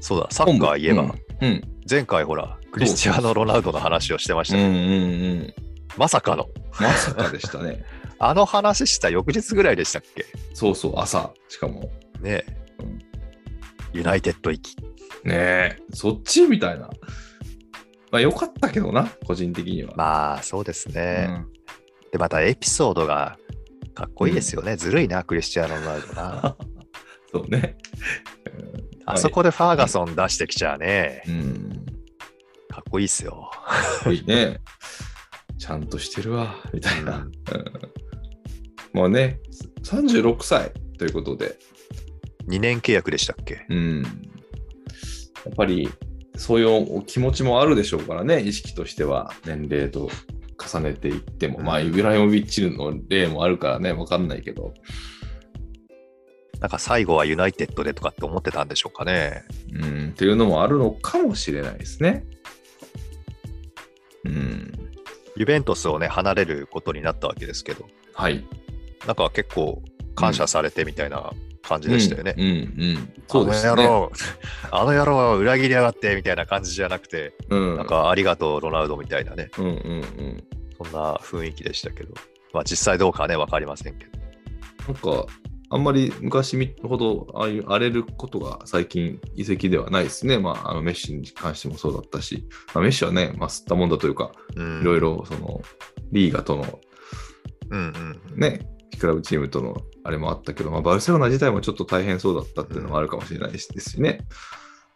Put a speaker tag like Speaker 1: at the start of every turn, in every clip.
Speaker 1: そうだ、サッカー言えば、
Speaker 2: うん。
Speaker 1: 前回ほら、クリスティアーノ・ロナウドの話をしてまし
Speaker 2: う
Speaker 1: た
Speaker 2: んう
Speaker 1: け
Speaker 2: ん
Speaker 1: ど、
Speaker 2: うん。
Speaker 1: まさかの、
Speaker 2: まさかでしたね。
Speaker 1: あの話した翌日ぐらいでしたっけ
Speaker 2: そうそう、朝。しかも。
Speaker 1: ねえ
Speaker 2: うん。
Speaker 1: ユナイテッド行き。
Speaker 2: ねえ、そっちみたいな。まあ、よかったけどな、個人的には。
Speaker 1: まあ、そうです
Speaker 2: あ
Speaker 1: ね。で、またエピソードがかっこいいですよね。ずるいな、クリスティアーノ・ロナウ ドな。
Speaker 2: そうね。
Speaker 1: あそこでファーガソン出してきちゃね、
Speaker 2: うん。
Speaker 1: かっこいいっすよ。
Speaker 2: かっこいいね。ちゃんとしてるわ、みたいな。うんもうね、36歳ということで。
Speaker 1: 2年契約でしたっけ
Speaker 2: うん。やっぱり、そういうお気持ちもあるでしょうからね、意識としては、年齢と重ねていっても、まあ、イブライモビッチの例もあるからね、わかんないけど、
Speaker 1: なんか最後はユナイテッドでとかって思ってたんでしょうかね。
Speaker 2: うん、っていうのもあるのかもしれないですね。うん。
Speaker 1: ユベントスをね、離れることになったわけですけど、
Speaker 2: はい。
Speaker 1: なんか結構感謝されてみたいな感じでしたよね。
Speaker 2: うん、うん、うんそうです
Speaker 1: あの野
Speaker 2: ね。
Speaker 1: 郎、 あの野郎は裏切りやがってみたいな感じじゃなくて、
Speaker 2: うん
Speaker 1: なん、かありがとう、ロナウドみたいなね、
Speaker 2: うん、うん、うん。
Speaker 1: そんな雰囲気でしたけど、まあ実際どうかはね、わかりませんけど。
Speaker 2: なんか、あんまり昔みほど、ああいう荒れることが最近、遺跡ではないですね。まあ、あのメッシに関してもそうだったし、まあ、メッシはね、まあ、吸ったもんだというか、い
Speaker 1: い
Speaker 2: ろい
Speaker 1: ろ。
Speaker 2: ろ、その、リーガとの
Speaker 1: うんうん。
Speaker 2: ね、クラブチームとのあれもあったけど、まあ、バルセロナ自体もちょっと大変そうだったっていうのもあるかもしれないですしね。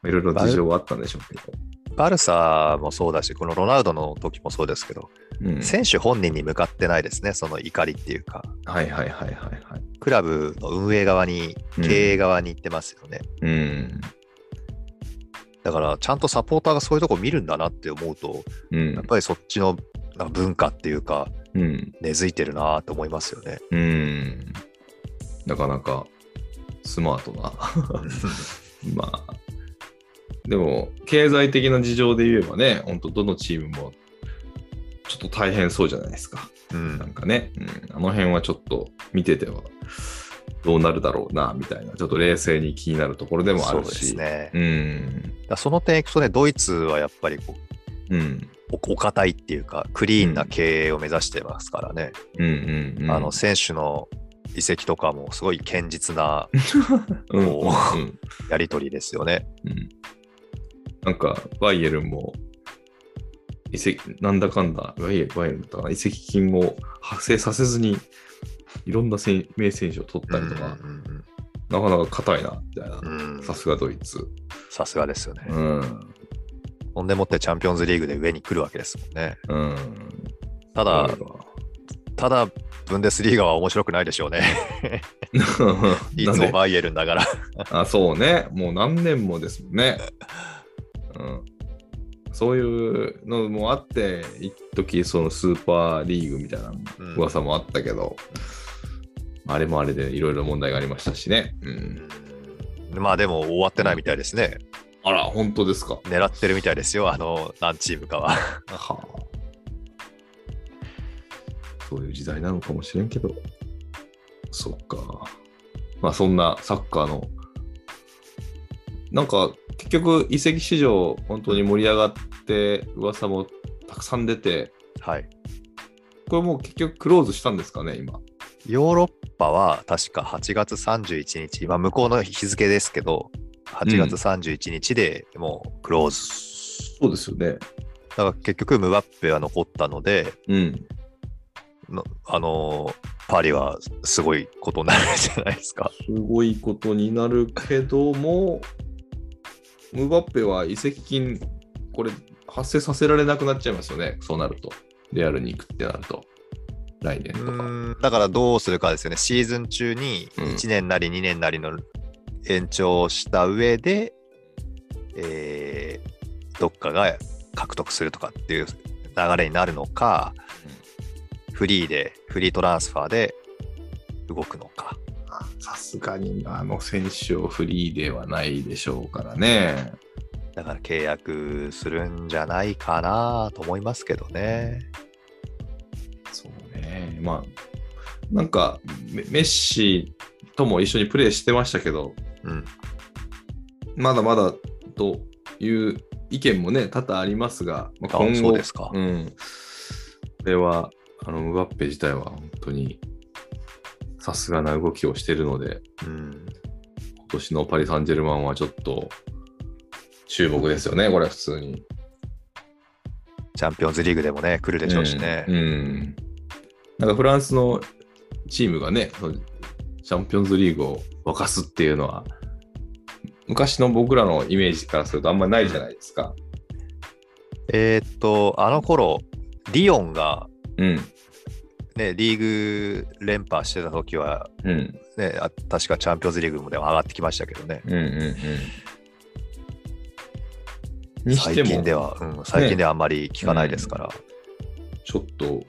Speaker 2: まあいろいろ事情はあったんでしょうけど。
Speaker 1: バルサもそうだし、このロナウドの時もそうですけど、
Speaker 2: うん、
Speaker 1: 選手本人に向かってないですね、その怒りっていうか、
Speaker 2: はいはいはいはいはい。
Speaker 1: クラブの運営側に、経営側に行ってますよね。
Speaker 2: うん。
Speaker 1: だから、ちゃんとサポーターがそういうとこ見るんだなって思うと、
Speaker 2: うん
Speaker 1: やっ。ぱりそっちのなんか文化っていうか、
Speaker 2: うん。
Speaker 1: 根付いてるなと思いますよね。
Speaker 2: うん。なかなかスマート な。まあ。でも、経済的な事情で言えばね、本当どのチームもちょっと大変そうじゃないですか。
Speaker 1: う
Speaker 2: なん
Speaker 1: ん、
Speaker 2: かね、うん、あの辺はちょっと見ててはどうなるだろうなみたいな、ちょっと冷静に気になるところでもあ
Speaker 1: そう
Speaker 2: る
Speaker 1: で
Speaker 2: し。
Speaker 1: すね。
Speaker 2: うん。
Speaker 1: だからその点いくとね、ドイツはやっぱりこう
Speaker 2: うん。
Speaker 1: おお堅いっていうか、クリーンな経営を目指してますからね、
Speaker 2: うんうんうん。
Speaker 1: あの選手の移籍とかもすごい堅実な
Speaker 2: うん、
Speaker 1: こ
Speaker 2: うんうん
Speaker 1: やり取りです よね。
Speaker 2: うんなんか、バイエルンも、移籍、なんだかんだ、バイエルンバイエルンだったかな、移籍金を発生させずに、いろんな選名選手を取ったりとか、
Speaker 1: うん
Speaker 2: なかなか硬いな、みたいな
Speaker 1: う。んうん
Speaker 2: さすがドイツ。
Speaker 1: さすがですよね。
Speaker 2: うん。
Speaker 1: ほんでもってチャンピオンズリーグで上に来るわけですもんね。
Speaker 2: うん。
Speaker 1: た
Speaker 2: あ
Speaker 1: だ、 ただ、ブンデスリーガは面白くないでしょうね。いつもバイエルンだから。
Speaker 2: あ、そうね。もう何年もですもん ね。うん。そういうのもあって、一時そのスーパーリーグみたいな
Speaker 1: うん
Speaker 2: 噂もあったけど、あれもあれでいろいろ問題がありましたしね。うん。
Speaker 1: うんまあでも終わってないみたいですね。
Speaker 2: あら、本当ですか。
Speaker 1: 狙ってるみたいですよ、あの何チームかは。
Speaker 2: はあ。そういう時代なのかもしれんけど。そっか。まあそんなサッカーの、なんか結局移籍市場本当に盛り上がって噂もたくさん出て、
Speaker 1: はい、
Speaker 2: これもう結局クローズしたんですかね、今。
Speaker 1: ヨーロッパは確か8月31日、今向こうの日付ですけど、8月31日でもうクローズ。
Speaker 2: そうですよね。
Speaker 1: だから結局、ムバッペは残ったので、
Speaker 2: うん。
Speaker 1: のあのーパリはすごいことになるじゃないですか。
Speaker 2: すごいことになるけども、ムバッペは移籍金、これ、発生させられなくなっちゃいますよね、そうなると。レアルに行くってなると。来年とか。
Speaker 1: だからどうするかですよね、シーズン中に1年なり2年なりの延長をした上で、えーどっかが獲得するとかっていう流れになるのか、フリーで、フリートランスファーで動くのか。
Speaker 2: さすがに、あの選手をフリーではないでしょうからね。
Speaker 1: だから契約するんじゃないかなと思いますけどね。
Speaker 2: そうね。まあ、なんか、メメッシとも一緒にプレーしてましたけど、
Speaker 1: うん、
Speaker 2: まだまだという意見もね、多々ありますが、まあ、
Speaker 1: あ
Speaker 2: 今後
Speaker 1: そうですか
Speaker 2: うん。これは、あの、ムバッペ自体は本当に、さすがな動きをしているので、
Speaker 1: うん、
Speaker 2: 今年のパリ・サンジェルマンはちょっと、注目ですよね、これは普通に。
Speaker 1: チャンピオンズリーグでもね、来るでしょうしね。
Speaker 2: うん。うんなんかフランスのチームがね、そのチャンピオンズリーグを沸かすっていうのは、昔の僕らのイメージからするとあんまりないじゃないですか。
Speaker 1: えーっと、あの頃リオンが、
Speaker 2: うん。
Speaker 1: ね、リーグ連覇してた時は、
Speaker 2: うん。
Speaker 1: ね、あ確かチャンピオンズリーグでも上がってきましたけどね。
Speaker 2: うんうんうん。にして
Speaker 1: 最近
Speaker 2: も、
Speaker 1: では、うん、最近ではあんまり聞かないですから。
Speaker 2: ちょっと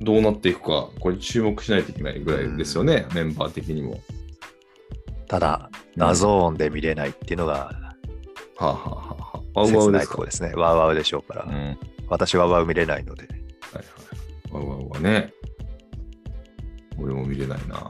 Speaker 2: どうなっていくか、これ注目しないといけないぐらいですよね、メンバー的にも。
Speaker 1: ただ、謎音で見れないっていうのが、
Speaker 2: はあ、はあはあはあ、ワウワ
Speaker 1: 切
Speaker 2: ウで
Speaker 1: ない
Speaker 2: す
Speaker 1: と
Speaker 2: か
Speaker 1: ころですね。ワウワウでしょうから。
Speaker 2: うん。はい
Speaker 1: 私はワウ見れないので。
Speaker 2: はい。ワウワウはね。俺も見れないな。